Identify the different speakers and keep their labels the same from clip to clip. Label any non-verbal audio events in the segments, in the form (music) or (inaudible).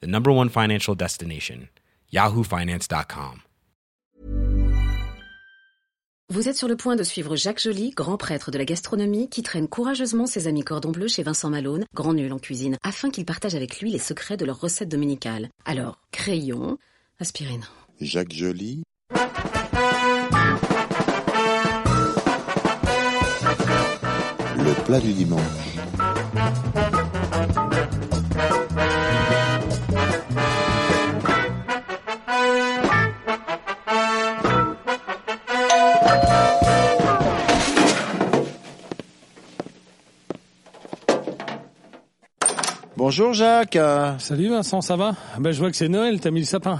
Speaker 1: the number one financial destination, yahoofinance.com.
Speaker 2: Vous êtes sur le point de suivre Jacques Joly, grand prêtre de la gastronomie, qui traîne courageusement ses amis cordon bleu chez Vincent Malone, grand nul en cuisine, afin qu'il partage avec lui les secrets de leurs recettes dominicales. Alors, crayon, aspirine.
Speaker 3: Jacques Joly. Le plat du dimanche. Bonjour Jacques. Euh,
Speaker 4: Salut Vincent, ça va Ben je vois que c'est Noël, t'as mis le sapin.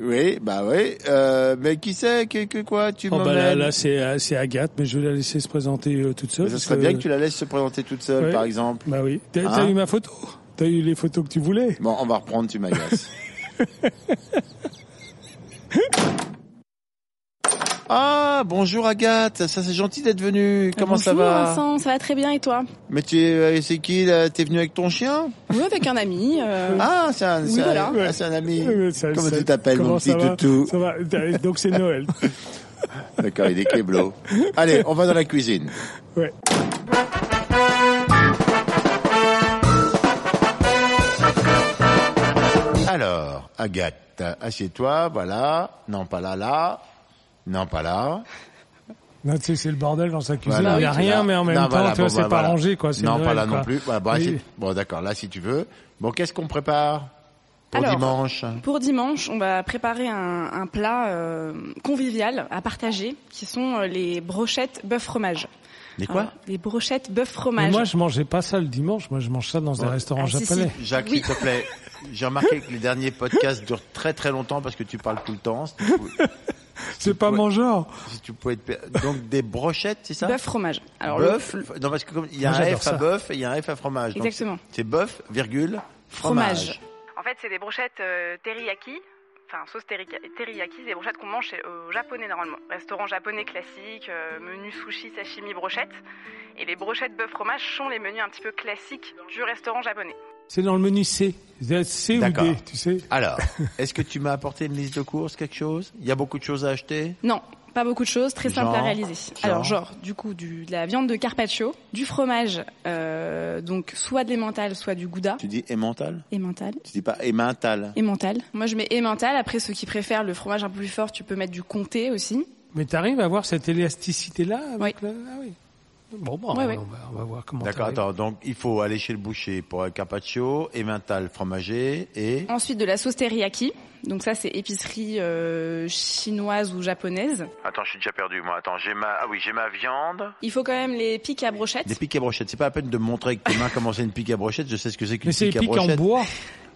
Speaker 3: Oui, bah oui. Euh, mais qui c'est que, que quoi Tu
Speaker 4: Oh bah là,
Speaker 3: m'emmènes
Speaker 4: là c'est euh, c'est Agathe, mais je vais la laisser se présenter euh, toute seule.
Speaker 3: Ça serait
Speaker 4: parce
Speaker 3: bien que tu la laisses se présenter toute seule,
Speaker 4: Ouais.
Speaker 3: par exemple.
Speaker 4: Bah oui. T'as
Speaker 3: Hein
Speaker 4: t'as eu ma photo T'as eu les photos que tu voulais
Speaker 3: Bon, on va reprendre, tu
Speaker 4: (laughs)
Speaker 3: m'agaces. (laughs) ah, bonjour Agathe. Ça, c'est gentil d'être venue. Comment ça
Speaker 5: Euh, Bonjour,
Speaker 3: va
Speaker 5: Vincent, ça va très bien et toi
Speaker 3: Mais tu es, euh, c'est qui là T'es venu avec ton chien
Speaker 5: Oui, avec un ami. euh,
Speaker 3: Ah, c'est un, c'est un-
Speaker 5: voilà.
Speaker 3: ah, c'est un ami.
Speaker 4: Euh, ça-
Speaker 3: Comment
Speaker 4: ça-
Speaker 3: tu t'appelles, mon
Speaker 4: comment
Speaker 3: petit
Speaker 4: ça va
Speaker 3: toutou
Speaker 4: Ça va, t'as- donc
Speaker 3: (laughs)
Speaker 4: c'est Noël.
Speaker 3: D'accord, il est kéblo. Allez, on va dans la cuisine.
Speaker 4: Ouais.
Speaker 3: Alors, Agathe, assieds-toi, voilà. Non, pas là, là. Non, pas là.
Speaker 4: Non, tu sais, c'est le bordel dans sa cuisine.
Speaker 3: Voilà,
Speaker 4: Il y a
Speaker 3: oui,
Speaker 4: rien,
Speaker 3: là.
Speaker 4: mais en même
Speaker 3: Non,
Speaker 4: temps,
Speaker 3: voilà,
Speaker 4: tu vois,
Speaker 3: bon,
Speaker 4: c'est
Speaker 3: bah,
Speaker 4: pas
Speaker 3: voilà.
Speaker 4: rangé, quoi. c'est
Speaker 3: Non, pas
Speaker 4: Noël,
Speaker 3: là
Speaker 4: quoi.
Speaker 3: non plus. Bah, bah,
Speaker 4: Oui.
Speaker 3: c'est- Bon, d'accord, là, si tu veux. Bon, qu'est-ce qu'on prépare pour
Speaker 5: Alors,
Speaker 3: dimanche
Speaker 5: Pour dimanche, on va préparer un, un plat euh, convivial à partager, qui sont euh, les brochettes bœuf fromage.
Speaker 3: Les quoi
Speaker 5: Ah, Les brochettes bœuf
Speaker 4: Mais
Speaker 5: fromage.
Speaker 4: moi, je mangeais pas ça le dimanche. Moi, je mange ça dans un
Speaker 3: Ouais.
Speaker 4: restaurant
Speaker 5: Ah, si, si.
Speaker 4: japonais.
Speaker 3: Jacques,
Speaker 5: Oui.
Speaker 3: s'il te plaît, j'ai remarqué que les derniers podcasts durent très très longtemps parce que tu parles tout le temps. Si tu pouvais-
Speaker 4: C'est pas
Speaker 3: Ouais.
Speaker 4: mon genre.
Speaker 3: si tu pouvais te per- Donc des brochettes, c'est ça
Speaker 5: Bœuf fromage. Alors le
Speaker 3: Bœuf Non, parce que comme il y a
Speaker 4: Moi,
Speaker 3: un
Speaker 4: j'adore
Speaker 3: F
Speaker 4: ça.
Speaker 3: à bœuf et il y a un F à fromage. Donc,
Speaker 5: Exactement.
Speaker 3: C'est bœuf, virgule, fromage.
Speaker 5: fromage. En fait, c'est des brochettes euh, teriyaki. Enfin, sauce teriyaki, des brochettes qu'on mange au japonais normalement. Restaurant japonais classique, euh, menu sushi, sashimi, brochettes. Et les brochettes bœuf fromage sont les menus un petit peu classiques du restaurant japonais.
Speaker 4: C'est dans le menu C. C ou
Speaker 3: D'accord.
Speaker 4: D, tu sais.
Speaker 3: Alors, est-ce que tu m'as apporté une liste de courses, quelque chose Il y a beaucoup de choses à acheter
Speaker 5: Non, pas beaucoup de choses, très simple
Speaker 3: Genre,
Speaker 5: à réaliser. Alors genre, du coup, du, de la viande de carpaccio, du fromage, euh, donc soit de l'emmental, soit du gouda.
Speaker 3: Tu dis emmental
Speaker 5: Emmental.
Speaker 3: Tu dis pas emmental
Speaker 5: Emmental. Moi, je mets emmental. Après, ceux qui préfèrent le fromage un peu plus fort, tu peux mettre du comté aussi.
Speaker 4: Mais t'arrives à avoir cette élasticité-là avec le... Ah oui. Bon, bon,
Speaker 5: Ouais, ouais.
Speaker 4: On, va, on va voir comment
Speaker 3: D'accord,
Speaker 4: t'arrives.
Speaker 3: attends, donc il faut aller chez le boucher pour un carpaccio, emmental fromager et...
Speaker 5: Ensuite, de la sauce teriyaki. Donc ça, c'est épicerie euh, chinoise ou japonaise.
Speaker 3: Attends, je suis déjà perdu, moi. Attends, j'ai ma... Ah oui, j'ai ma viande.
Speaker 5: Il faut quand même les piques à brochettes.
Speaker 3: Des piques à brochettes. C'est pas la peine de me montrer avec tes mains comment c'est une pique à brochette. Je sais ce que c'est qu'une
Speaker 4: Mais c'est
Speaker 3: pique à
Speaker 4: épique en
Speaker 3: brochette.
Speaker 4: bois.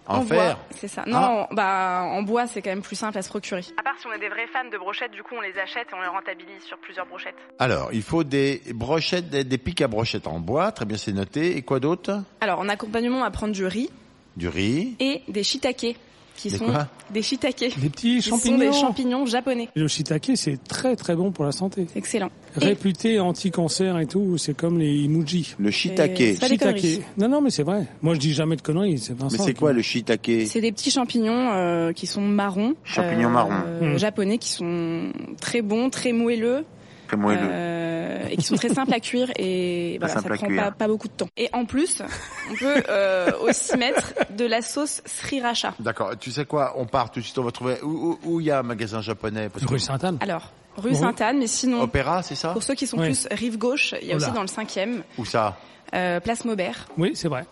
Speaker 3: En,
Speaker 5: en
Speaker 3: fer. Ah.
Speaker 5: bois, c'est ça. Non, en- bah en bois, c'est quand même plus simple à se procurer. À part si on est des vrais fans de brochettes, du coup, on les achète et on les rentabilise sur plusieurs brochettes.
Speaker 3: Alors, il faut des brochettes, des, des piques à brochettes en bois. Très bien, c'est noté. Et quoi d'autre
Speaker 5: Alors, en accompagnement, on va prendre du riz
Speaker 3: Du riz.
Speaker 5: et des shiitake, qui
Speaker 3: Des
Speaker 5: sont
Speaker 3: quoi
Speaker 5: des shiitake,
Speaker 4: Des petits
Speaker 5: qui
Speaker 4: champignons.
Speaker 5: sont des champignons japonais.
Speaker 4: Le shiitake, c'est très très bon pour la santé.
Speaker 5: Excellent. Et-
Speaker 4: Réputé anti-cancer et tout, c'est comme les imuji.
Speaker 3: Le
Speaker 5: Et
Speaker 3: shiitake.
Speaker 5: c'est pas des conneries.
Speaker 4: Non, non, mais c'est vrai. Moi, je dis jamais de conneries. C'est Vincent
Speaker 3: Mais c'est
Speaker 4: qui-
Speaker 3: quoi le shiitake
Speaker 5: C'est des petits champignons euh, qui sont marrons, Euh,
Speaker 3: Champignons marrons.
Speaker 4: Mm.
Speaker 5: japonais, qui sont très bons, très moelleux,
Speaker 3: Comment
Speaker 5: euh, et qui sont très simples à cuire et
Speaker 3: Pas
Speaker 5: voilà,
Speaker 3: simple à
Speaker 5: ça prend
Speaker 3: cuire.
Speaker 5: pas, pas beaucoup de temps. Et en plus, on peut euh,
Speaker 3: (laughs)
Speaker 5: aussi mettre de la sauce sriracha.
Speaker 3: D'accord. Tu sais quoi On part tout de suite. On va trouver où où- où il y a un magasin japonais. Parce que-
Speaker 4: Rue Sainte-Anne.
Speaker 5: Alors, rue
Speaker 4: Oui.
Speaker 5: Sainte-Anne, mais sinon,
Speaker 3: Opéra, c'est ça
Speaker 5: pour ceux qui sont
Speaker 4: Oui.
Speaker 5: plus rive gauche, il y a
Speaker 4: Oula.
Speaker 5: aussi dans le cinquième,
Speaker 3: Ou ça
Speaker 5: euh, place Maubert.
Speaker 4: Oui, c'est vrai.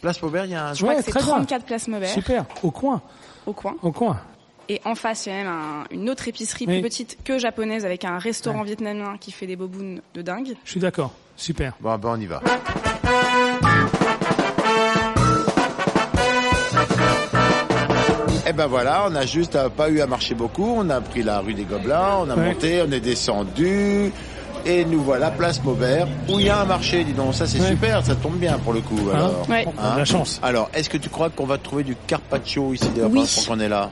Speaker 3: Place Paubert, il y a un.
Speaker 5: Je crois
Speaker 4: Ouais,
Speaker 5: que c'est
Speaker 4: très bien.
Speaker 5: 34 place Maubert
Speaker 4: Super. Au coin.
Speaker 5: au coin.
Speaker 4: Au coin.
Speaker 5: Et en face, il y a même un- une autre épicerie
Speaker 4: Oui.
Speaker 5: plus petite que japonaise avec un restaurant vietnamien qui fait des bobounes de dingue.
Speaker 4: Je suis d'accord. Super.
Speaker 3: Bon, ben on y va. Eh ben voilà, on a juste euh, pas eu à marcher beaucoup. On a pris la rue des Gobelins, on a
Speaker 4: Ouais.
Speaker 3: monté, on est descendu. Et nous voilà, place Maubert, où il y a un marché, dis donc. Ça, c'est
Speaker 4: Ouais.
Speaker 3: super, ça tombe bien pour le coup.
Speaker 4: Hein
Speaker 3: Alors.
Speaker 5: Ouais.
Speaker 4: On a de la chance.
Speaker 3: Alors, est-ce que tu crois qu'on va trouver du carpaccio ici d'ailleurs,
Speaker 5: Oui.
Speaker 3: quand on est là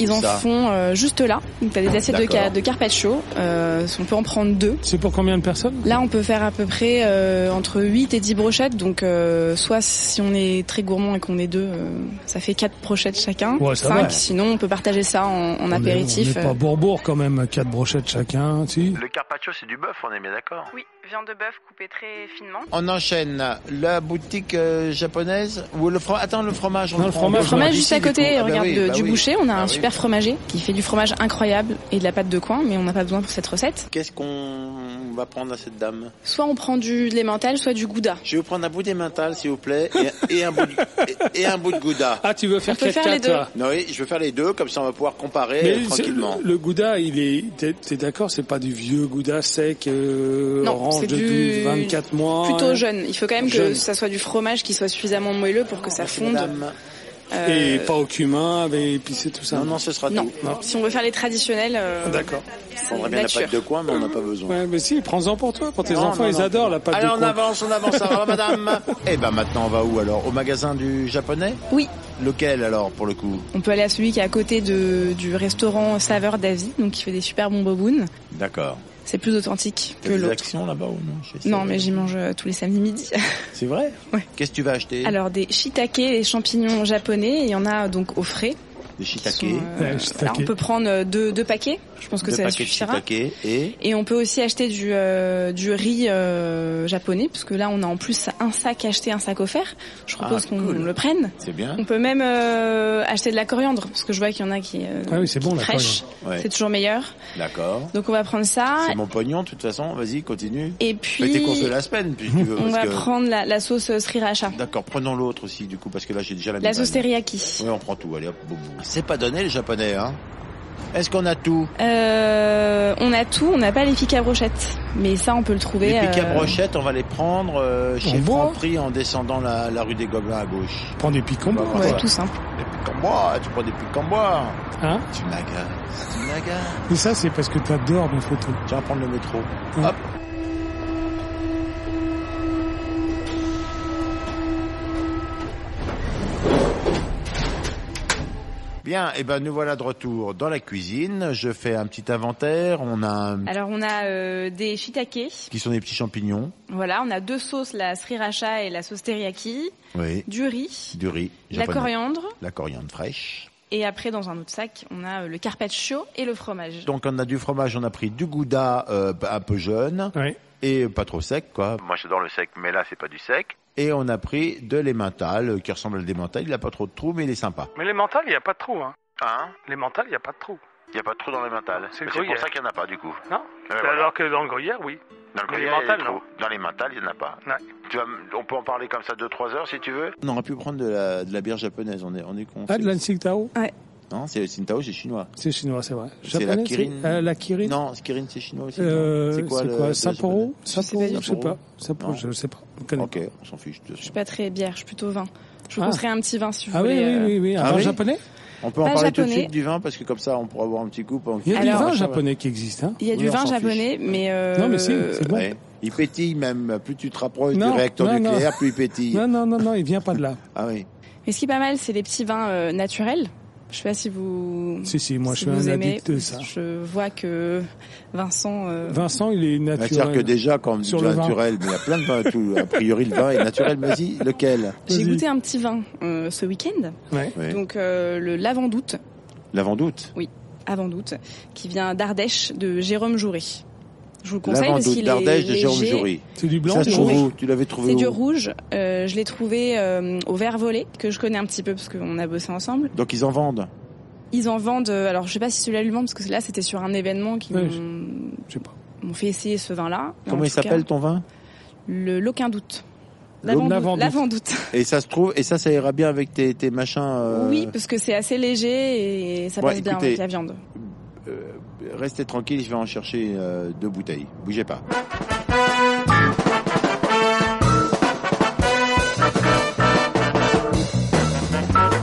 Speaker 5: Ils en
Speaker 3: Ça. Ah,
Speaker 5: font euh, juste là. Donc t'as des assiettes de,
Speaker 3: D'accord.
Speaker 5: ca- de carpaccio. Euh, on peut en prendre deux.
Speaker 4: C'est pour combien de personnes
Speaker 5: Là, on peut faire à peu près euh, entre 8 et 10 brochettes. Donc, euh, soit si on est très gourmand et qu'on est deux, euh, ça fait 4 brochettes chacun.
Speaker 4: Ouais, ça va.
Speaker 5: 5. Sinon, on peut partager ça en, en
Speaker 4: On est-
Speaker 5: apéritif.
Speaker 4: On est pas
Speaker 5: euh.
Speaker 4: bourbourg quand même, quatre brochettes chacun, si.
Speaker 3: Le carpaccio, c'est du bœuf, on est bien d'accord.
Speaker 6: Oui, viande de bœuf coupée très finement.
Speaker 3: On enchaîne la boutique euh, japonaise ou le fromage. Attends, le fromage, on
Speaker 4: Non, le fromage,
Speaker 5: Le fromage
Speaker 3: Ici,
Speaker 5: juste à
Speaker 3: du coup.
Speaker 5: côté,
Speaker 3: Ah bah
Speaker 5: regarde
Speaker 3: oui,
Speaker 5: de-
Speaker 3: bah
Speaker 5: du
Speaker 3: oui.
Speaker 5: boucher, on a
Speaker 3: Bah
Speaker 5: un
Speaker 3: oui.
Speaker 5: super fromager qui fait du fromage incroyable et de la pâte de coin, mais on n'a pas besoin pour cette recette.
Speaker 3: Qu'est-ce qu'on va prendre à cette dame
Speaker 5: Soit on prend du de l'emmental, soit du gouda.
Speaker 3: Je vais vous prendre un bout d'émental, s'il vous plaît, et, et un bout de, et, et un bout de gouda.
Speaker 4: Ah, tu veux faire
Speaker 5: On peut faire
Speaker 4: 4-4,
Speaker 5: les deux.
Speaker 4: toi
Speaker 3: Non, oui, je vais faire les deux, comme ça on va pouvoir comparer euh,
Speaker 4: c'est-
Speaker 3: tranquillement.
Speaker 4: le, le gouda, il est. T'es, t'es d'accord, c'est pas du vieux gouda sec, euh,
Speaker 5: Non,
Speaker 4: orange
Speaker 5: c'est
Speaker 4: de
Speaker 5: du-
Speaker 4: 12, 24
Speaker 3: Oh,
Speaker 4: mois.
Speaker 5: Plutôt
Speaker 4: hein.
Speaker 5: jeune. Il faut quand même
Speaker 4: Jeune.
Speaker 5: que ça soit du fromage qui soit suffisamment moelleux pour que ça
Speaker 3: Oh, Merci,
Speaker 5: fonde.
Speaker 3: madame.
Speaker 5: Euh,
Speaker 4: Et pas au cumin, avec épicé, tout ça.
Speaker 3: Non, non, ce sera
Speaker 5: Non.
Speaker 3: tout.
Speaker 4: Non.
Speaker 5: Si on veut faire les traditionnels, euh,
Speaker 4: D'accord.
Speaker 3: On
Speaker 5: c'est
Speaker 3: prendrait bien la
Speaker 5: nature.
Speaker 3: pâte de coin, mais on n'a pas besoin.
Speaker 4: Ouais, mais si, prends-en pour toi, pour tes
Speaker 3: Non,
Speaker 4: enfants,
Speaker 3: non,
Speaker 4: ils
Speaker 3: non.
Speaker 4: adorent la pâte
Speaker 3: Allez,
Speaker 4: de
Speaker 3: on
Speaker 4: coin.
Speaker 3: avance, on avance, ça va, (laughs) madame Eh ben, maintenant, on va où, alors Au magasin du japonais
Speaker 5: Oui.
Speaker 3: Lequel, alors, pour le coup
Speaker 5: On peut aller à celui qui est à côté de, du restaurant Saveur d'Asie, donc qui fait des super bons bobounes.
Speaker 3: D'accord.
Speaker 5: C'est plus authentique
Speaker 3: T'as
Speaker 5: que
Speaker 3: des
Speaker 5: l'autre.
Speaker 3: actions là-bas ou non Je sais
Speaker 5: Non,
Speaker 3: pas.
Speaker 5: mais j'y mange euh, tous les samedis midi.
Speaker 3: C'est vrai
Speaker 5: Ouais.
Speaker 3: Qu'est-ce que tu vas acheter
Speaker 5: (laughs) Alors des shiitake, des champignons japonais, il y en a euh, donc au frais.
Speaker 3: Des
Speaker 5: qui
Speaker 3: shiitake.
Speaker 5: sont, euh,
Speaker 4: Ouais, shiitake.
Speaker 5: alors, on peut prendre euh, deux, deux paquets, je pense que
Speaker 3: deux
Speaker 5: ça
Speaker 3: paquets de
Speaker 5: suffira.
Speaker 3: shiitake et...
Speaker 5: Et on peut aussi acheter du, euh, du riz euh, japonais, parce que là on a en plus un sac acheté, un sac offert. Je
Speaker 3: Ah,
Speaker 5: propose qu'on
Speaker 3: cool.
Speaker 5: on le prenne.
Speaker 3: C'est bien
Speaker 5: On peut même euh, acheter de la coriandre, parce que je vois qu'il y en a qui euh,
Speaker 4: Ah oui, c'est bon, la
Speaker 5: fraîche,
Speaker 3: Ouais,
Speaker 5: c'est toujours meilleur.
Speaker 3: d'accord.
Speaker 5: Donc on va prendre ça.
Speaker 3: C'est mon pognon, de toute façon. Vas-y, continue.
Speaker 5: Et
Speaker 3: Fais tes
Speaker 5: Ah. puis
Speaker 3: courses de la semaine, puis tu veux.
Speaker 5: on
Speaker 3: euh, parce
Speaker 5: va
Speaker 3: que...
Speaker 5: prendre la, la sauce euh, sriracha,
Speaker 3: D'accord, prenons l'autre aussi, du coup, parce que là, j'ai déjà la
Speaker 5: la
Speaker 3: migraine.
Speaker 5: sauce teriyaki.
Speaker 3: Oui, on prend tout, allez hop, boum, boum. C'est pas donné, les japonais, hein Est-ce qu'on a tout
Speaker 5: Euh, on a tout, on n'a pas les piques à brochettes, mais ça on peut le trouver.
Speaker 3: Les piques à
Speaker 5: euh,
Speaker 3: brochettes, on va les prendre euh, chez
Speaker 4: bois.
Speaker 3: Franprix en descendant la, la rue des Gobelins à gauche.
Speaker 4: Prends des piquants.
Speaker 3: Bah,
Speaker 5: Ouais,
Speaker 3: Ouais.
Speaker 5: tout simple.
Speaker 3: Des piques en bois, tu prends des piques en bois.
Speaker 4: Hein
Speaker 3: Tu m'agaces, tu m'agaces.
Speaker 4: Mais ça, c'est parce que t'adores mes photos.
Speaker 3: Tu vas prendre le métro.
Speaker 4: Ouais.
Speaker 3: Hop. Bien, et ben nous voilà de retour dans la cuisine. Je fais un petit inventaire. On a un-
Speaker 4: Mm.
Speaker 5: Alors on a euh, des shiitake.
Speaker 3: qui sont des petits champignons.
Speaker 5: Voilà, on a deux sauces, la sriracha et la sauce teriyaki,
Speaker 3: Oui.
Speaker 5: du riz,
Speaker 3: Du riz.
Speaker 5: la
Speaker 3: japonais.
Speaker 5: coriandre,
Speaker 3: La coriandre fraîche.
Speaker 5: et après dans un autre sac, on a euh, le carpaccio et le fromage.
Speaker 3: Donc on a du fromage, on a pris du gouda euh, un peu jeune
Speaker 4: Ouais.
Speaker 3: et pas trop sec quoi.
Speaker 7: Moi j'adore le sec, mais là c'est pas du sec.
Speaker 3: Et on a pris de l'emmental euh, qui ressemble à de l'emmental. Il a pas trop de trous mais il est sympa.
Speaker 4: Mais les mentales, il n'y a pas de trou, hein.
Speaker 7: Hein
Speaker 4: Les mentales, il n'y a pas de trou.
Speaker 7: Il a pas de trou dans les mentales.
Speaker 4: C'est
Speaker 7: Mais
Speaker 4: le gruyère.
Speaker 7: pour ça qu'il n'y en a pas du coup.
Speaker 4: Non
Speaker 7: Ouais, voilà.
Speaker 4: que dans le gruyère, oui.
Speaker 7: Dans le
Speaker 4: mais les
Speaker 7: gruyère, il y a des
Speaker 4: mentales, non.
Speaker 7: trous. Dans les mentales, il n'y en a pas.
Speaker 4: Ouais.
Speaker 7: Tu vas m- on peut en parler comme ça 2-3 heures si tu veux.
Speaker 3: On aurait pu prendre de la, de la bière japonaise. On est on est con.
Speaker 4: Ah, de la Tao
Speaker 3: Non, c'est Sintao, c'est chinois.
Speaker 4: C'est chinois, c'est vrai.
Speaker 3: C'est la
Speaker 4: Japonais,
Speaker 3: Kirin.
Speaker 4: c'est- euh, la Kirin.
Speaker 3: Non, Kirin c'est chinois aussi. non
Speaker 4: Euh, c'est quoi,
Speaker 3: le- le
Speaker 4: Sapporo Sapporo,
Speaker 3: pas
Speaker 4: je
Speaker 3: du
Speaker 4: sais
Speaker 3: tout.
Speaker 4: pas. Sapporo,
Speaker 3: Non.
Speaker 4: je sais pas. Je
Speaker 3: japonais
Speaker 4: connais
Speaker 3: Ok, on s'en fiche. de toute
Speaker 5: Je suis
Speaker 3: façon.
Speaker 5: pas très bière, je suis plutôt vin. Je vous
Speaker 4: Ah.
Speaker 5: conseillerais un petit vin si vous
Speaker 4: Ah oui,
Speaker 5: voulez.
Speaker 4: oui,
Speaker 5: euh,
Speaker 4: oui, oui. Un
Speaker 3: Ah
Speaker 4: vin
Speaker 3: oui
Speaker 4: japonais
Speaker 3: On peut en
Speaker 5: Pas
Speaker 3: parler tout de
Speaker 5: japonais.
Speaker 3: suite du vin parce que comme ça on pourra avoir un petit coup. pendant que-
Speaker 4: Il y a
Speaker 5: Alors-
Speaker 4: du vin japonais qui existe, hein.
Speaker 5: Il y a
Speaker 3: Oui,
Speaker 5: du
Speaker 3: on
Speaker 5: vin
Speaker 3: s'en fiche.
Speaker 5: japonais, mais euh,
Speaker 4: Non, mais si, c'est bon.
Speaker 3: Ouais. Il pétille même. Plus tu te rapproches
Speaker 4: Non,
Speaker 3: du réacteur
Speaker 4: non, non.
Speaker 3: nucléaire, plus il pétille.
Speaker 4: Non, non, non, non, il vient pas de là.
Speaker 3: Ah oui.
Speaker 5: Mais ce qui est pas mal, c'est les petits vins euh, naturels. Je sais pas si vous.
Speaker 4: Si, si, moi,
Speaker 5: si
Speaker 4: je
Speaker 5: vous
Speaker 4: suis un
Speaker 5: aimez,
Speaker 4: addict de ça.
Speaker 5: Je vois que Vincent. euh,
Speaker 4: Vincent, il est
Speaker 3: Bah, C'est-à-dire que
Speaker 4: naturel.
Speaker 3: déjà, quand on me dit
Speaker 4: Sur
Speaker 3: du
Speaker 4: le vin.
Speaker 3: naturel, mais il y a plein de vins, tout. A priori, le vin est naturel. mais y lequel
Speaker 5: J'ai
Speaker 4: Vas-y.
Speaker 5: goûté un petit vin euh, ce week-end,
Speaker 4: Ouais.
Speaker 3: Oui.
Speaker 5: donc euh, le lavandoute,
Speaker 3: La Vendoute.
Speaker 5: avant doute, qui vient d'Ardèche de Jérôme Jouré. Je vous le
Speaker 3: La
Speaker 5: conseille parce
Speaker 3: Vendoute
Speaker 5: qu'il est
Speaker 3: d'Ardèche de Jérôme
Speaker 5: léger.
Speaker 3: Jury.
Speaker 4: C'est du blanc,
Speaker 3: Ça,
Speaker 4: du
Speaker 3: tu,
Speaker 4: rouge.
Speaker 3: trouves où tu l'avais trouvé
Speaker 5: C'est du
Speaker 3: où
Speaker 5: rouge. Euh, je l'ai trouvé euh, au vert volet que je connais un petit peu parce qu'on a bossé ensemble.
Speaker 3: Donc ils en vendent.
Speaker 5: Ils en vendent. euh, alors je sais pas si celui-là lui vend parce que là c'était sur un événement qui
Speaker 4: Ouais,
Speaker 5: m'ont
Speaker 4: Je sais pas.
Speaker 5: m'ont fait essayer ce vin-là. Mais
Speaker 3: Comment
Speaker 5: en
Speaker 3: il
Speaker 5: tout cas,
Speaker 3: s'appelle ton vin
Speaker 5: Le l'aucun doute.
Speaker 3: L'Au-
Speaker 5: L'avant-doute.
Speaker 4: l'Avant-doute.
Speaker 5: L'avant-doute.
Speaker 3: Et ça se trouve, et ça, ça ira bien avec tes, tes machins. euh,
Speaker 5: Oui, parce que c'est assez léger et ça
Speaker 3: Bon,
Speaker 5: passe bien
Speaker 3: écoutez,
Speaker 5: avec la viande.
Speaker 3: euh, restez tranquille, je vais en chercher euh, deux bouteilles. Bougez pas.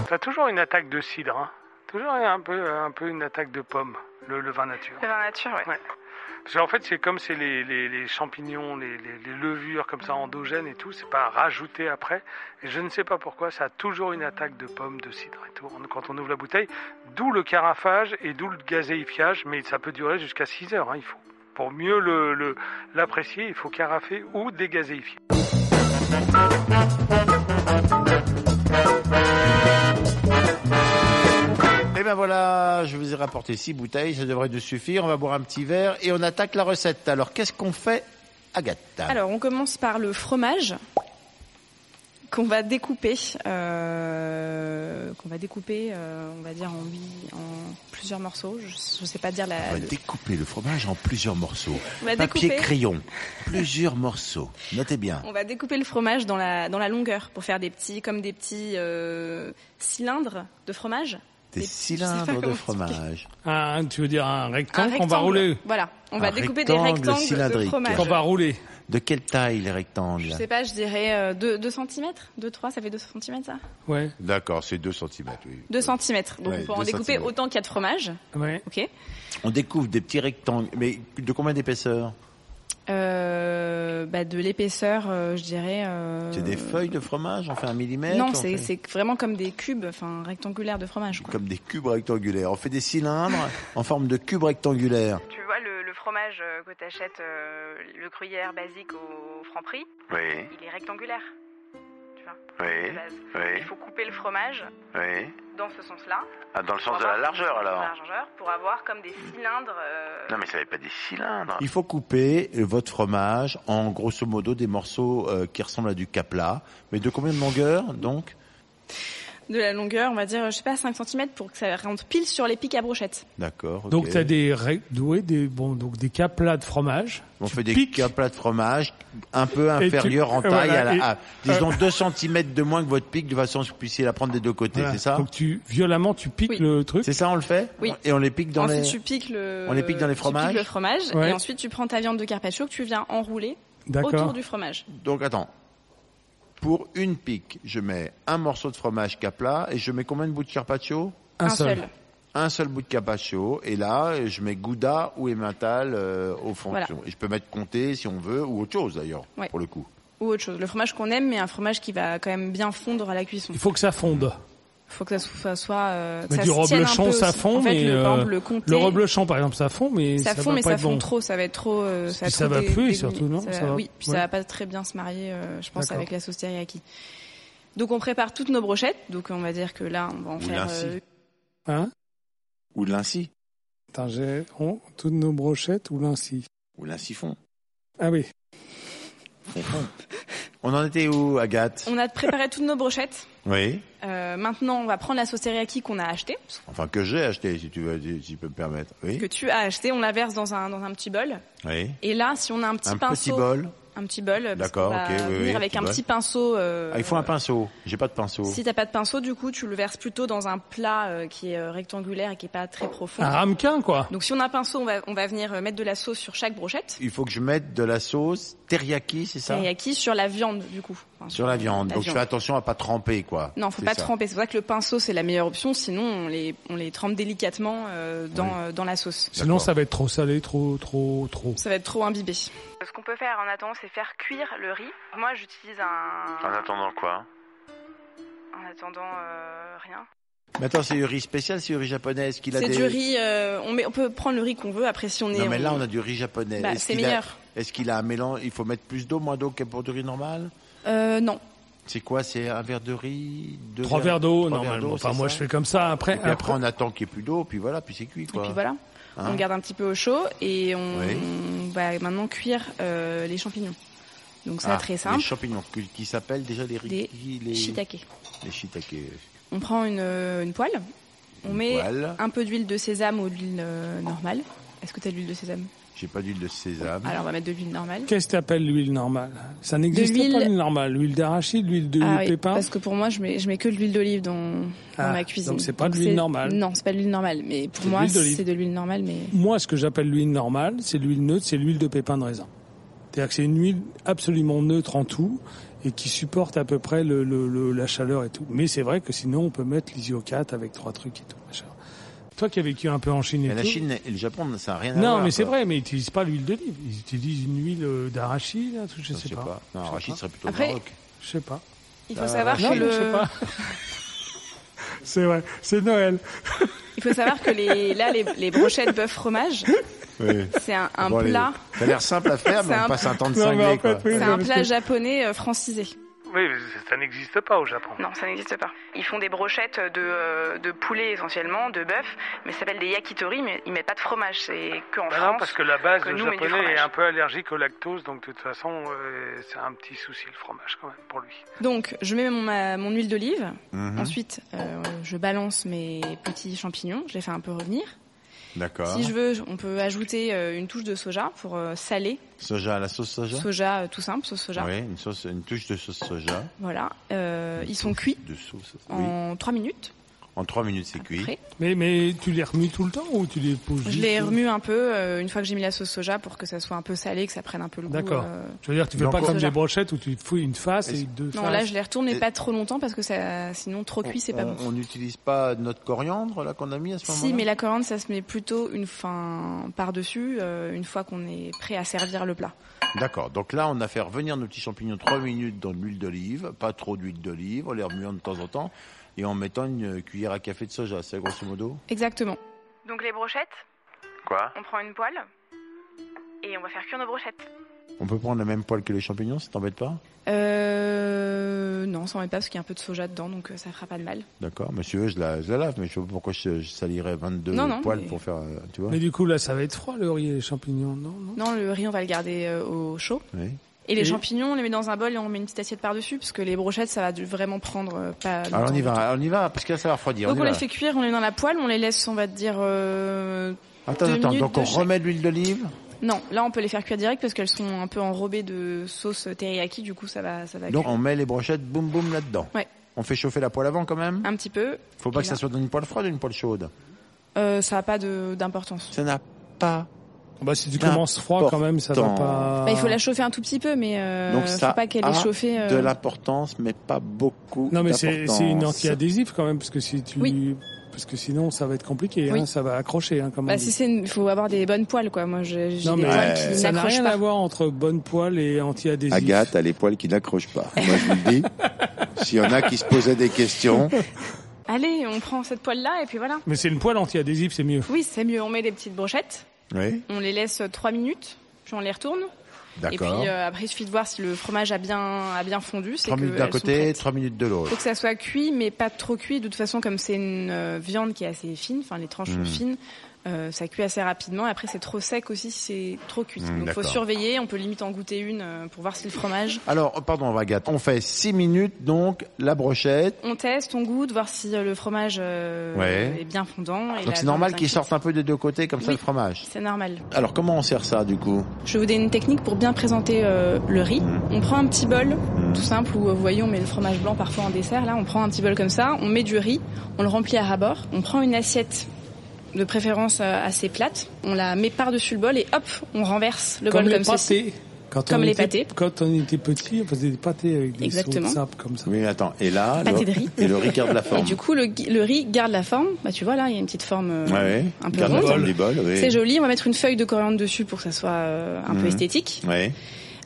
Speaker 8: T'as toujours une attaque de cidre, hein
Speaker 4: Toujours un peu, un peu une attaque de pommes, le, le vin nature.
Speaker 6: Le vin nature, ouais.
Speaker 4: Ouais. Parce qu'en fait, c'est comme c'est les, les- les champignons, les, les- les levures comme ça endogènes et tout, c'est pas rajouté après. Et je ne sais pas pourquoi, ça a toujours une attaque de pommes, de cidre et tout quand on ouvre la bouteille. D'où le carafage et d'où le gazéifiage, mais ça peut durer jusqu'à 6 heures, hein, il faut. Pour mieux l'apprécier, le, l'apprécier, il faut carafer ou dégazéifier.
Speaker 3: Et ben voilà, je vous ai rapporté six bouteilles, ça devrait nous suffire. On va boire un petit verre et on attaque la recette. Alors qu'est-ce qu'on fait, Agathe
Speaker 5: Alors, on commence par le fromage qu'on va découper, euh, qu'on va découper, euh, on va dire en, huit- en plusieurs morceaux. Je, je sais pas dire la.
Speaker 3: On va découper le fromage en plusieurs morceaux.
Speaker 5: on va
Speaker 3: Papier
Speaker 5: découper-
Speaker 3: crayon, plusieurs morceaux. Notez
Speaker 5: (laughs)
Speaker 3: bien.
Speaker 5: On va découper le fromage dans la, dans la longueur pour faire des petits, comme des petits euh, cylindres de fromage.
Speaker 3: Des
Speaker 5: Des petits- je sais pas
Speaker 3: cylindres de
Speaker 5: comment
Speaker 3: fromage.
Speaker 4: Ah, tu veux dire un rectangle
Speaker 5: Un
Speaker 4: qu'on va
Speaker 5: rectangle.
Speaker 4: rouler
Speaker 5: Voilà, on
Speaker 3: Un
Speaker 5: va découper des
Speaker 3: rectangle
Speaker 5: rectangles de
Speaker 3: cylindrique.
Speaker 5: fromage.
Speaker 4: Qu'on va rouler.
Speaker 3: De quelle taille les
Speaker 5: Je
Speaker 3: rectangles
Speaker 5: sais pas, je dirais euh, 2, cm, 2, 3, ça fait 2 cm ça
Speaker 4: Ouais,
Speaker 3: D'accord, c'est 2 cm, oui.
Speaker 5: 2 cm, donc
Speaker 3: Ouais,
Speaker 5: on peut en
Speaker 3: deux
Speaker 5: découper
Speaker 3: centimètres.
Speaker 5: autant qu'il y a de fromage,
Speaker 4: ouais.
Speaker 5: ok
Speaker 3: On découpe des petits rectangles, mais de combien d'épaisseur
Speaker 5: euh, bah, De l'épaisseur, euh, je dirais... euh,
Speaker 3: C'est des feuilles de fromage On fait un millimètre
Speaker 5: Non,
Speaker 3: on
Speaker 5: c'est
Speaker 3: fait-
Speaker 5: c'est vraiment comme des cubes, enfin rectangulaires de fromage. Quoi.
Speaker 3: Comme des cubes rectangulaires. On fait des cylindres en forme de cubes rectangulaires.
Speaker 6: Tu vois le, le fromage euh, que t'achètes, euh, le gruyère basique au Franprix,
Speaker 7: Oui,
Speaker 6: il est rectangulaire. Tu vois, de
Speaker 7: oui,
Speaker 6: base. Il
Speaker 7: oui,
Speaker 6: faut couper le fromage
Speaker 7: oui.
Speaker 6: dans ce sens-là.
Speaker 7: Ah, dans le
Speaker 6: pour
Speaker 7: sens de la
Speaker 6: avoir-
Speaker 7: largeur
Speaker 6: dans
Speaker 7: alors
Speaker 6: La largeur pour avoir comme des cylindres. euh,
Speaker 7: Non mais ça n'est pas des cylindres.
Speaker 3: Il faut couper euh, votre fromage en grosso modo des morceaux euh, qui ressemblent à du capla. Mais de combien de longueur donc
Speaker 5: De la longueur, on va dire, je sais pas, 5 cm pour que ça rentre pile sur les pics à brochette.
Speaker 3: D'accord. ok.
Speaker 4: Donc t'as des rec- ouais, des bon donc des caplats de fromage.
Speaker 3: On
Speaker 4: Tu
Speaker 3: fait des
Speaker 4: piques.
Speaker 3: caplas de fromage un peu
Speaker 4: tu-
Speaker 3: inférieurs en
Speaker 4: euh,
Speaker 3: taille
Speaker 4: (laughs) voilà,
Speaker 3: à la
Speaker 4: et-
Speaker 3: à- disons 2 cm de moins que votre pique de façon à ce que vous puissiez la prendre des deux côtés,
Speaker 4: Voilà.
Speaker 3: c'est ça
Speaker 4: Donc tu violemment tu piques
Speaker 5: Oui.
Speaker 4: le truc.
Speaker 3: C'est ça on le fait
Speaker 5: Oui.
Speaker 3: Et on les pique dans
Speaker 5: ensuite,
Speaker 3: les
Speaker 5: tu piques le.
Speaker 3: on les pique dans les
Speaker 5: tu piques
Speaker 3: fromages
Speaker 5: le fromage
Speaker 4: Ouais.
Speaker 5: et ensuite tu prends ta viande de carpaccio que tu viens enrouler autour
Speaker 4: D'accord.
Speaker 5: du fromage.
Speaker 3: Donc attends. Pour une pique, je mets un morceau de fromage capla et je mets combien de bouts de carpaccio
Speaker 5: Un seul.
Speaker 3: un seul bout de carpaccio et là je mets gouda ou emmental euh, au fond.
Speaker 5: Voilà.
Speaker 3: Et je peux mettre comté si on veut ou autre chose d'ailleurs
Speaker 5: Ouais.
Speaker 3: pour le coup.
Speaker 5: Ou autre chose. Le fromage qu'on aime, mais un fromage qui va quand même bien fondre à la cuisson.
Speaker 4: Il faut que ça fonde.
Speaker 5: faut que ça soit, soit euh, que
Speaker 4: Mais
Speaker 5: ça
Speaker 4: Bah, du
Speaker 5: se tienne un
Speaker 4: reblochon,
Speaker 5: peu
Speaker 4: ça
Speaker 5: aussi.
Speaker 4: fond,
Speaker 5: En fait,
Speaker 4: mais,
Speaker 5: le, par
Speaker 4: euh,
Speaker 5: exemple, le comté,
Speaker 4: Le reblochon par exemple ça fond mais
Speaker 5: ça fond,
Speaker 4: va
Speaker 5: mais
Speaker 4: pas
Speaker 5: ça
Speaker 4: être
Speaker 5: fond
Speaker 4: bon.
Speaker 5: trop. Ça va être trop. euh, ça,
Speaker 4: Puis ça
Speaker 5: trop
Speaker 4: va
Speaker 5: dé-
Speaker 4: plus,
Speaker 5: dégueu.
Speaker 4: surtout, non Ça va-
Speaker 5: Oui, puis
Speaker 4: ouais.
Speaker 5: ça va pas très bien se marier, euh, je pense,
Speaker 4: D'accord.
Speaker 5: avec la sauce teriyaki. Donc on prépare toutes nos brochettes. Donc on va dire que là, on va en
Speaker 3: Ou
Speaker 5: faire.
Speaker 3: l'insi.
Speaker 5: euh,
Speaker 4: Hein
Speaker 3: Ou de l'inci,
Speaker 4: Attends, j'ai on- toutes nos brochettes ou l'inci.
Speaker 3: ou de l'insiphon.
Speaker 4: Ah oui.
Speaker 3: Fon, fon. on en était où Agathe
Speaker 5: on a préparé toutes nos brochettes.
Speaker 3: Oui.
Speaker 5: Euh, maintenant, on va prendre la sauce teriyaki qu'on a achetée,
Speaker 3: Enfin que j'ai acheté si tu veux si tu peux me permettre. Oui.
Speaker 5: que tu as achetée. On la verse dans un dans un petit bol.
Speaker 3: Oui.
Speaker 5: Et là, si on a un petit
Speaker 3: Un petit
Speaker 5: pinceau, Euh,
Speaker 3: bol.
Speaker 5: un petit bol, parce
Speaker 3: D'accord,
Speaker 5: qu'on va
Speaker 3: ok, oui,
Speaker 5: venir
Speaker 3: oui,
Speaker 5: avec
Speaker 3: petit
Speaker 5: un
Speaker 3: bol.
Speaker 5: petit pinceau. euh,
Speaker 3: Ah, il faut un pinceau. J'ai pas de pinceau.
Speaker 5: Si t'as pas de pinceau, du coup, tu le verses plutôt dans un plat euh, qui est euh, rectangulaire et qui est pas très profond.
Speaker 4: Un ramequin quoi.
Speaker 5: Donc si on a un pinceau, on va, on va venir euh, mettre de la sauce sur chaque brochette.
Speaker 3: Il faut que je mette de la sauce teriyaki, c'est ça
Speaker 5: Teriyaki sur la viande, du coup. Enfin,
Speaker 3: Sur la viande. Donc je fais attention à pas tremper quoi.
Speaker 5: Non, faut
Speaker 3: C'est
Speaker 5: pas
Speaker 3: ça.
Speaker 5: tremper. C'est vrai que le pinceau c'est la meilleure option. Sinon, on les on les trempe délicatement euh, dans
Speaker 3: Oui.
Speaker 5: euh, dans la sauce.
Speaker 4: Sinon ça va être trop salé, trop trop trop.
Speaker 5: Ça va être trop imbibé.
Speaker 6: Ce qu'on peut faire en attendant, c'est faire cuire le riz. Moi, j'utilise
Speaker 7: En
Speaker 3: Ah.
Speaker 6: un.
Speaker 7: attendant quoi
Speaker 6: En attendant, euh, rien.
Speaker 3: Mais attends, c'est du riz spécial, c'est du riz japonais, est-ce qu'il a
Speaker 5: C'est
Speaker 3: des
Speaker 5: du riz. euh, on met on peut prendre le riz qu'on veut. Après, si on est
Speaker 3: Non mais là on a du riz japonais.
Speaker 5: bah,
Speaker 3: Est-ce
Speaker 5: c'est
Speaker 3: qu'il a-
Speaker 5: meilleur.
Speaker 3: Est-ce qu'il a un mélange Il faut mettre plus d'eau, moins d'eau que pour du riz normal
Speaker 5: Euh, non.
Speaker 3: C'est quoi C'est un verre de riz deux
Speaker 4: Trois verres d'eau
Speaker 3: trois verres
Speaker 4: normalement.
Speaker 3: d'eau,
Speaker 4: Enfin
Speaker 3: c'est
Speaker 4: moi
Speaker 3: ça
Speaker 4: je fais comme ça
Speaker 3: Et
Speaker 4: après.
Speaker 3: puis après,
Speaker 4: après-
Speaker 3: on attend qu'il n'y ait plus d'eau, puis voilà, puis c'est cuit
Speaker 5: Et
Speaker 3: quoi.
Speaker 5: puis voilà.
Speaker 3: Hein
Speaker 5: on garde un petit peu au chaud et on
Speaker 3: Oui.
Speaker 5: va maintenant cuire euh, les champignons. Donc ça
Speaker 3: Ah,
Speaker 5: très simple.
Speaker 3: Les champignons qui, qui s'appellent déjà les riz.
Speaker 5: Des
Speaker 3: les
Speaker 5: Shiitake.
Speaker 3: les shiitake. euh,
Speaker 5: On prend une, euh, une poêle, on
Speaker 3: Une
Speaker 5: met
Speaker 3: poêle.
Speaker 5: un peu d'huile de sésame ou de l'huile euh, normale. Est-ce que t'as de l'huile de sésame
Speaker 3: J'ai pas d'huile de sésame.
Speaker 5: Alors on va mettre de l'huile normale.
Speaker 4: Qu'est-ce que t'appelles l'huile normale Ça n'existe
Speaker 5: l'huile-
Speaker 4: pas l'huile normale. L'huile d'arachide, l'huile de
Speaker 5: Ah oui,
Speaker 4: pépin.
Speaker 5: parce que pour moi je mets je mets que de l'huile d'olive dans, dans
Speaker 4: Ah,
Speaker 5: ma cuisine.
Speaker 4: donc c'est pas de l'huile normale.
Speaker 5: Non, c'est pas de l'huile normale, mais pour
Speaker 4: C'est de
Speaker 5: moi
Speaker 4: l'huile d'olive.
Speaker 5: c'est de l'huile normale mais
Speaker 4: Moi, ce que j'appelle l'huile normale, c'est l'huile neutre, c'est l'huile de pépin de raisin. C'est-à-dire que c'est une huile absolument neutre en tout et qui supporte à peu près le, le- le- la chaleur et tout. Mais c'est vrai que sinon, on peut mettre l'isiocate avec trois trucs et tout. machin. Toi qui as vécu un peu en Chine et
Speaker 3: Mais la
Speaker 4: tout.
Speaker 3: Chine et le Japon, ça n'a rien à voir.
Speaker 4: Non, mais c'est
Speaker 3: quoi.
Speaker 4: vrai, mais ils n'utilisent pas l'huile d'olive. Ils utilisent une huile euh, d'arachide, là, tout,
Speaker 3: Je
Speaker 4: je, sais pas.
Speaker 3: Non,
Speaker 4: Je sais
Speaker 3: Rachid
Speaker 4: pas.
Speaker 3: serait plutôt au
Speaker 5: Après-
Speaker 3: Maroc.
Speaker 4: Je sais pas.
Speaker 5: Il faut
Speaker 3: Ah,
Speaker 5: savoir
Speaker 4: Ah, Non,
Speaker 5: que
Speaker 4: mais je sais
Speaker 5: le...
Speaker 4: pas. (laughs) c'est vrai, c'est Noël.
Speaker 5: Il faut savoir que les, là, les, les brochettes bœuf fromage,
Speaker 3: Oui.
Speaker 5: c'est un, un
Speaker 3: Bon, allez,
Speaker 5: plat,
Speaker 3: Ça a l'air simple à
Speaker 5: (laughs)
Speaker 3: faire, mais
Speaker 5: C'est
Speaker 3: on
Speaker 5: un-
Speaker 3: passe un temps de
Speaker 4: Non, mais
Speaker 3: cinglé,
Speaker 4: en fait,
Speaker 3: quoi.
Speaker 4: oui,
Speaker 5: c'est
Speaker 4: non,
Speaker 5: un
Speaker 4: parce
Speaker 5: plat
Speaker 4: que-
Speaker 5: japonais euh, francisé.
Speaker 7: Oui, mais ça n'existe pas au Japon.
Speaker 6: Non, ça n'existe pas. Ils font des brochettes de, euh, de poulet essentiellement, de bœuf, mais ça s'appelle des yakitori, mais ils mettent pas de fromage. C'est que en
Speaker 7: Bah non,
Speaker 6: France.
Speaker 7: parce que la base,
Speaker 6: que
Speaker 7: le
Speaker 6: nous, on met du
Speaker 7: japonais est
Speaker 6: fromage.
Speaker 7: un peu allergique au lactose, donc de toute façon, euh, c'est un petit souci le fromage quand même pour lui.
Speaker 5: Donc, je mets mon, ma- mon huile d'olive.
Speaker 7: Mmh.
Speaker 3: Mhm,
Speaker 5: Ensuite, euh, je balance mes petits champignons. Je les fais un peu revenir.
Speaker 3: D'accord.
Speaker 5: Si je veux, on peut ajouter euh, une touche de soja pour euh, saler.
Speaker 3: Soja, la sauce soja
Speaker 5: Soja euh, tout simple, sauce soja.
Speaker 3: Oui, une, sauce, une touche de sauce soja.
Speaker 5: Voilà. Euh, ils sont cuits
Speaker 3: De sauce. Oui.
Speaker 5: en trois minutes.
Speaker 3: En trois minutes, c'est cuit.
Speaker 5: Après,
Speaker 4: Mais, mais tu les remues tout le temps ou tu les poses
Speaker 5: je
Speaker 4: juste-
Speaker 5: les remue un peu euh, une fois que j'ai mis la sauce soja pour que ça soit un peu salé, que ça prenne un peu le goût.
Speaker 4: D'accord.
Speaker 5: euh,
Speaker 4: Je veux dire, tu fais
Speaker 3: Donc,
Speaker 4: pas
Speaker 3: on-
Speaker 4: comme des brochettes où tu fouilles une face et
Speaker 3: Est-ce-
Speaker 4: deux
Speaker 5: Non,
Speaker 4: faces.
Speaker 5: là je les retourne, mais
Speaker 3: Et-
Speaker 5: pas trop longtemps parce que ça, sinon trop cuit, c'est pas
Speaker 3: On-
Speaker 5: bon.
Speaker 3: On n'utilise pas notre coriandre, là, qu'on a mis à ce moment-là
Speaker 5: Si, mais la coriandre, ça se met plutôt une fin par-dessus, euh, une fois qu'on est prêt à servir le plat.
Speaker 3: D'accord. Donc là, on a fait revenir nos petits champignons trois minutes dans de l'huile d'olive, pas trop d'huile d'olive, en les remuant de temps en temps, et en mettant une euh, cuillère à café de soja, c'est grosso modo
Speaker 5: Exactement.
Speaker 6: Donc les brochettes,
Speaker 9: Quoi
Speaker 6: on prend une poêle et on va faire cuire nos brochettes.
Speaker 3: On peut prendre la même poêle que les champignons, ça t'embête pas
Speaker 5: Euh, non, ça m'embête pas parce qu'il y a un peu de soja dedans, donc euh, ça fera pas de mal.
Speaker 3: D'accord. Mais si tu veux, je la, je la lave, mais je sais pas pourquoi je, je salirais 22
Speaker 5: Non, non,
Speaker 3: poêles
Speaker 5: mais-
Speaker 3: pour faire, euh, tu vois
Speaker 4: Mais du coup, là, ça va être froid, le riz et les champignons, non, non
Speaker 5: Non, le riz, on va le garder euh, au chaud.
Speaker 3: Oui.
Speaker 5: Et les
Speaker 4: Et-
Speaker 5: champignons, on les met dans un bol et on met une petite assiette par-dessus parce que les brochettes, ça va du- vraiment prendre euh, pas longtemps.
Speaker 3: Alors on y
Speaker 5: du tout.
Speaker 3: va, on y va, parce que là, ça va refroidir.
Speaker 5: Donc
Speaker 3: on y
Speaker 5: on les
Speaker 3: va.
Speaker 5: fait cuire, on les met dans la poêle, on les laisse, on va dire... euh,
Speaker 3: Attends,
Speaker 5: deux
Speaker 3: attends,
Speaker 5: minutes
Speaker 3: donc
Speaker 5: de
Speaker 3: on
Speaker 5: chaque.
Speaker 3: remet de l'huile d'olive
Speaker 5: Non, là on peut les faire cuire direct parce qu'elles sont un peu enrobées de sauce teriyaki, du coup ça va, ça va
Speaker 3: Donc
Speaker 5: cuire
Speaker 3: on met les brochettes boum boum là-dedans.
Speaker 5: Ouais. Ah.
Speaker 3: On fait chauffer la poêle avant quand même.
Speaker 5: un petit peu.
Speaker 3: Faut pas
Speaker 5: Et
Speaker 3: que ça
Speaker 5: là.
Speaker 3: soit dans une poêle froide ou une poêle chaude.
Speaker 5: Euh, ça n'a pas de- d'importance.
Speaker 3: Ça n'a pas.
Speaker 4: Bah, si tu
Speaker 3: N'importe
Speaker 4: commences froid, quand même, ça va pas...
Speaker 5: Bah, il faut la chauffer un tout petit peu, mais euh,
Speaker 3: Ah. Donc, ça
Speaker 5: faut pas qu'elle
Speaker 3: a
Speaker 5: ait chauffé. euh,
Speaker 3: De l'importance, mais pas beaucoup.
Speaker 4: Non, mais c'est
Speaker 3: d'importance.
Speaker 4: c'est une anti-adhésif, quand même, parce que si tu...
Speaker 5: Oui.
Speaker 4: Parce que sinon, ça va être compliqué,
Speaker 5: Oui.
Speaker 4: hein, ça va accrocher, hein, comme on
Speaker 5: Bah,
Speaker 4: dit.
Speaker 5: si c'est, une- faut avoir des bonnes poils quoi. Moi j'ai j'ai
Speaker 4: Non,
Speaker 5: des
Speaker 4: mais
Speaker 5: poils
Speaker 3: ouais,
Speaker 5: qui
Speaker 4: ça n'a
Speaker 5: n'accrochent
Speaker 4: rien
Speaker 5: pas.
Speaker 4: à voir entre bonne poêle et anti-adhésif.
Speaker 9: Agathe a les poils qui n'accrochent pas. Moi, je vous le
Speaker 5: (laughs)
Speaker 9: dis. S'il y en a qui se posaient des questions,
Speaker 5: Allez, on prend cette poêle là et puis voilà.
Speaker 4: Mais c'est une poêle anti-adhésif, c'est mieux.
Speaker 5: Oui, c'est mieux. On met les petites brochettes,
Speaker 3: Oui,
Speaker 5: on les laisse trois minutes, puis on les retourne. Et puis
Speaker 3: d'accord.
Speaker 5: euh, après il suffit de voir si le fromage a bien a bien fondu. C'est
Speaker 3: Trois
Speaker 5: que
Speaker 3: minutes d'un
Speaker 5: elles sont
Speaker 3: côté,
Speaker 5: prêtes.
Speaker 3: trois minutes de
Speaker 5: Faut
Speaker 3: l'autre.
Speaker 5: que ça soit cuit, mais pas trop cuit. De toute façon, comme c'est une euh, viande qui est assez fine, enfin les tranches
Speaker 3: Mm.
Speaker 5: sont fines, euh, ça cuit assez rapidement. Et après, c'est trop sec aussi si c'est trop cuit.
Speaker 3: Mm,
Speaker 5: Donc, faut
Speaker 3: d'accord.
Speaker 5: surveiller. On peut limite en goûter une euh, pour voir si le fromage.
Speaker 3: Alors, oh, pardon, Agathe. On fait six minutes, donc, la brochette.
Speaker 5: On teste, on goûte, voir si euh, le fromage euh,
Speaker 3: Ouais.
Speaker 5: est bien fondant. et la
Speaker 3: Donc c'est
Speaker 5: viande
Speaker 3: normal
Speaker 5: est
Speaker 3: qu'ils
Speaker 5: cuite.
Speaker 3: sortent un peu des deux côtés, comme ça,
Speaker 5: Oui.
Speaker 3: le fromage.
Speaker 5: C'est normal.
Speaker 3: Alors, comment on sert ça, du coup
Speaker 5: Je vais vous donner une technique pour bien présenter euh, le riz.
Speaker 3: Mm.
Speaker 5: On prend un petit bol,
Speaker 3: Mm.
Speaker 5: tout simple, où euh, vous voyez, on met le fromage blanc parfois en dessert. Là, on prend un petit bol comme ça, on met du riz, on le remplit à ras-bord, on prend une assiette de préférence euh, assez plate, on la met par-dessus le bol et hop, on renverse le bol
Speaker 4: les
Speaker 5: comme ceci.
Speaker 4: pâtés. Quand
Speaker 5: Comme
Speaker 4: on
Speaker 5: les
Speaker 4: était,
Speaker 5: pâtés.
Speaker 4: Quand on était petit, on faisait des pâtés avec des sauts de
Speaker 5: Exactement.
Speaker 4: sable comme ça.
Speaker 3: Oui, mais attends. Et là, le...
Speaker 5: Pâté de riz.
Speaker 3: et le Ricard de la forme.
Speaker 5: Bah, Et du coup, le, gui- le riz garde la forme. Bah, tu vois, là, il y a une petite forme euh,
Speaker 3: Ouais,
Speaker 5: un peu
Speaker 3: garde la
Speaker 5: ronde.
Speaker 3: forme du bol, oui.
Speaker 5: C'est joli. On va mettre une feuille de coriandre dessus pour que ça soit euh, un
Speaker 3: Mhm.
Speaker 5: peu esthétique.
Speaker 3: Ouais.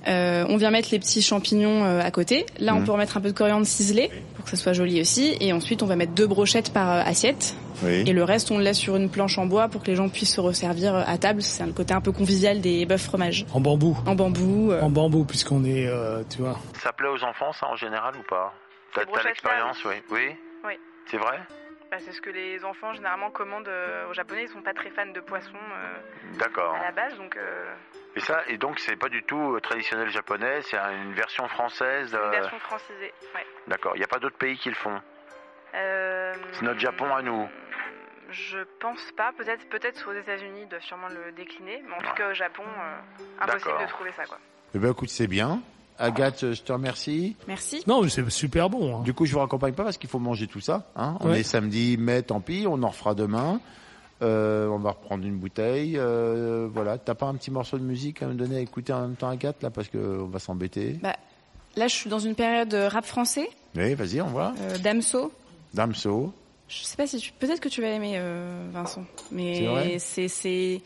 Speaker 5: Euh, on vient mettre les petits champignons euh, à côté. Là,
Speaker 3: Mhm.
Speaker 5: on peut remettre un peu de coriandre ciselée pour que ça soit joli aussi. Et ensuite, on va mettre deux brochettes par euh, assiette.
Speaker 3: Oui.
Speaker 5: Et le reste, on le laisse sur une planche en bois pour que les gens puissent se resservir euh, à table. C'est le côté un peu convivial des bœufs fromage.
Speaker 4: En bambou.
Speaker 5: En bambou. euh.
Speaker 4: En bambou, puisqu'on est, euh, tu vois.
Speaker 9: ça plaît aux enfants, ça, en général, ou pas T'as
Speaker 6: Ces
Speaker 9: t'as
Speaker 6: brochettes-là,
Speaker 9: l'expérience, oui. Oui
Speaker 6: Oui.
Speaker 9: C'est vrai
Speaker 6: Bah, c'est ce que les enfants généralement commandent euh, aux japonais. Ils sont pas très fans de poisson euh,
Speaker 9: D'accord.
Speaker 6: à la base, donc euh,
Speaker 9: Et ça, et donc, c'est pas du tout euh, traditionnel japonais, c'est une version française.
Speaker 6: c'est une
Speaker 9: euh,
Speaker 6: version francisée. Ouais.
Speaker 9: D'accord. Il n'y a pas d'autres pays qui le font.
Speaker 6: Euh,
Speaker 9: C'est notre Japon à nous.
Speaker 6: Je pense pas. Peut-être, peut-être aux États-Unis, ils doivent sûrement le décliner. Mais en
Speaker 9: Ouais.
Speaker 6: tout cas, au Japon, euh, impossible
Speaker 9: D'accord.
Speaker 6: de trouver ça, quoi.
Speaker 3: Eh ben, écoute, c'est bien. Agathe, euh, je te remercie.
Speaker 5: Merci.
Speaker 4: Non, mais c'est super bon. hein.
Speaker 3: Du coup, je vous raccompagne pas parce qu'il faut manger tout ça. Hein. On
Speaker 4: Ouais.
Speaker 3: est samedi, mais tant pis, on en refera demain. Euh, on va reprendre une bouteille. Euh, voilà, t'as pas un petit morceau de musique à me donner à écouter en même temps, Agathe, là, parce que on va s'embêter.
Speaker 5: Bah, Là, je suis dans une période euh, rap français,
Speaker 3: Oui, vas-y, on voit.
Speaker 5: euh, Damso.
Speaker 3: Damso.
Speaker 5: Je Je sais pas si tu... Peut-être que tu vas aimer, euh, Vincent.
Speaker 3: C'est vrai
Speaker 5: Mais c'est c'est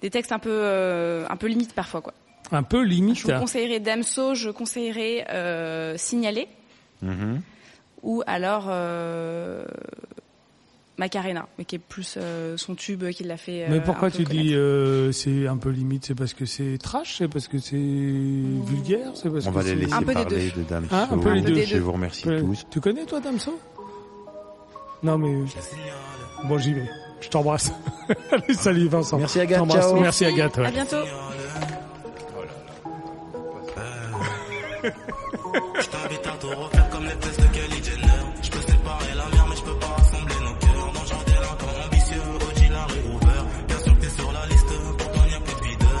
Speaker 5: des textes un peu, euh, un peu limites parfois, quoi.
Speaker 4: Un peu limite.
Speaker 5: Je vous conseillerais Damso, je conseillerais euh, Signaler
Speaker 3: Mm-hmm.
Speaker 5: ou alors euh, Macarena, mais qui est plus euh, son tube qui l'a fait. euh,
Speaker 4: Mais pourquoi
Speaker 5: un peu
Speaker 4: tu
Speaker 5: connaître.
Speaker 4: dis euh, c'est un peu limite C'est parce que c'est trash C'est parce que c'est vulgaire C'est parce
Speaker 3: On
Speaker 4: que
Speaker 3: va les
Speaker 4: c'est-
Speaker 3: laisser
Speaker 5: Un peu des
Speaker 3: parler
Speaker 5: deux.
Speaker 3: de Dame
Speaker 4: Ah, un
Speaker 3: Sou.
Speaker 4: peu les
Speaker 5: deux.
Speaker 3: Je vous remercie
Speaker 4: Ouais.
Speaker 3: tous.
Speaker 4: Tu connais toi Damso Non mais bon j'y vais. Je t'embrasse. (laughs) Allez, salut Vincent.
Speaker 3: Merci, Agathe,
Speaker 4: T'embrasse.
Speaker 3: ciao.
Speaker 4: euh, Merci Agathe. ouais.
Speaker 5: À bientôt.
Speaker 10: Je t'invite à tout refaire comme les tests de Kelly Jenner. Je peux séparer la mer, mais je peux pas rassembler nos cœurs. Dangereux délinquant, ambitieux, OG, Larry Hoover. Bien sûr que t'es sur la liste, pourtant y'a plus de videur.